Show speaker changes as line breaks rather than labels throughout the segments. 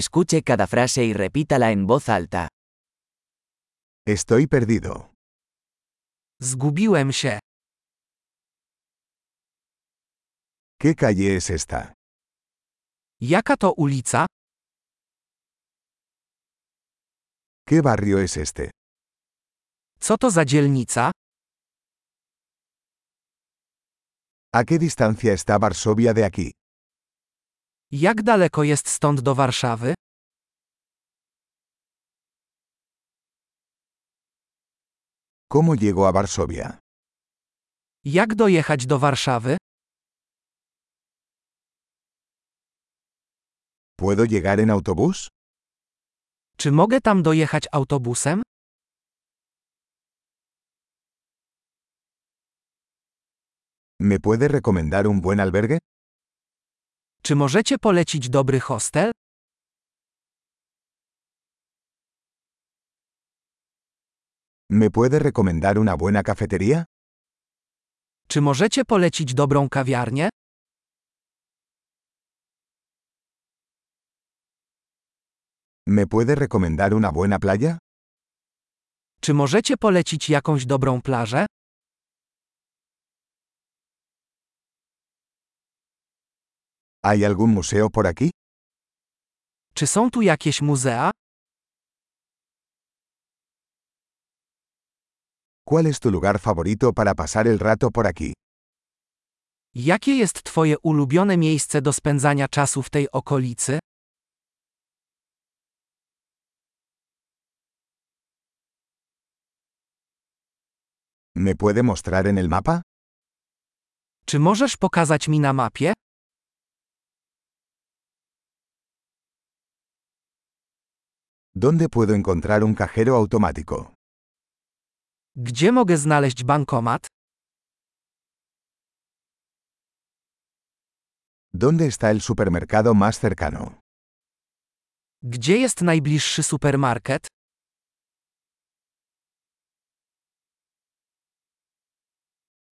Escuche cada frase y repítala en voz alta.
Estoy perdido.
Zgubiłem się.
¿Qué calle es esta?
Jaka to ulica?
¿Qué barrio es este?
Co to za dzielnica?
¿A qué distancia está Varsovia de aquí?
Jak daleko jest stąd do Warszawy?
¿Cómo llego a Varsovia?
Jak dojechać do Warszawy?
¿Puedo llegar en autobús?
Czy mogę tam dojechać autobusem?
¿Me puede recomendar un buen albergue?
Czy możecie polecić dobry hostel?
¿Me puede recomendar una buena cafetería?
Czy możecie polecić dobrą kawiarnię?
¿Me puede recomendar una buena playa?
Czy możecie polecić jakąś dobrą plażę?
¿Hay algún museo por aquí?
Czy są tu jakieś muzea?
¿Cuál es tu lugar favorito para pasar el rato por aquí?
Jakie jest Twoje ulubione miejsce do spędzania czasu w tej okolicy?
¿Me puede mostrar en el mapa?
Czy możesz pokazać mi na mapie?
¿Dónde puedo encontrar un cajero automático?
Gdzie mogę znaleźć bankomat?
¿Dónde está el supermercado más cercano?
Gdzie jest najbliższy supermarket?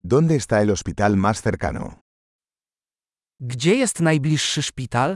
¿Dónde está el hospital más cercano?
Gdzie jest najbliższy szpital?